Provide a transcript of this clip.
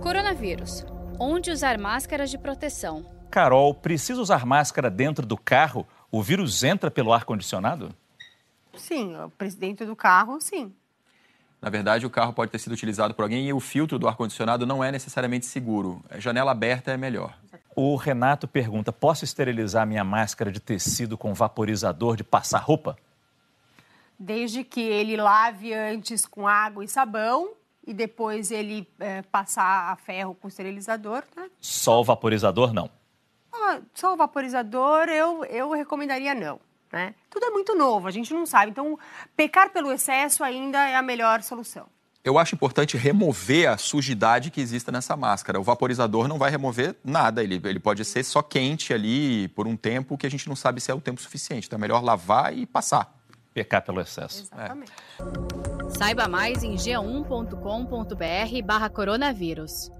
Coronavírus. Onde usar máscaras de proteção? Carol, precisa usar máscara dentro do carro? O vírus entra pelo ar-condicionado? Sim, o presidente do carro, sim. Na verdade, o carro pode ter sido utilizado por alguém e o filtro do ar-condicionado não é necessariamente seguro. A janela aberta é melhor. O Renato pergunta: posso esterilizar minha máscara de tecido com vaporizador de passar roupa? Desde que ele lave antes com água e sabão e depois ele eh, passar a ferro com esterilizador, né? Só o vaporizador não. Ah, só o vaporizador eu, eu recomendaria não. Né? Tudo é muito novo, a gente não sabe. Então, pecar pelo excesso ainda é a melhor solução. Eu acho importante remover a sujidade que exista nessa máscara. O vaporizador não vai remover nada, ele, ele pode ser só quente ali por um tempo que a gente não sabe se é o tempo suficiente. Então é melhor lavar e passar. Pecar pelo excesso. Exatamente. um Saiba mais em g1.com.br/barra coronavírus.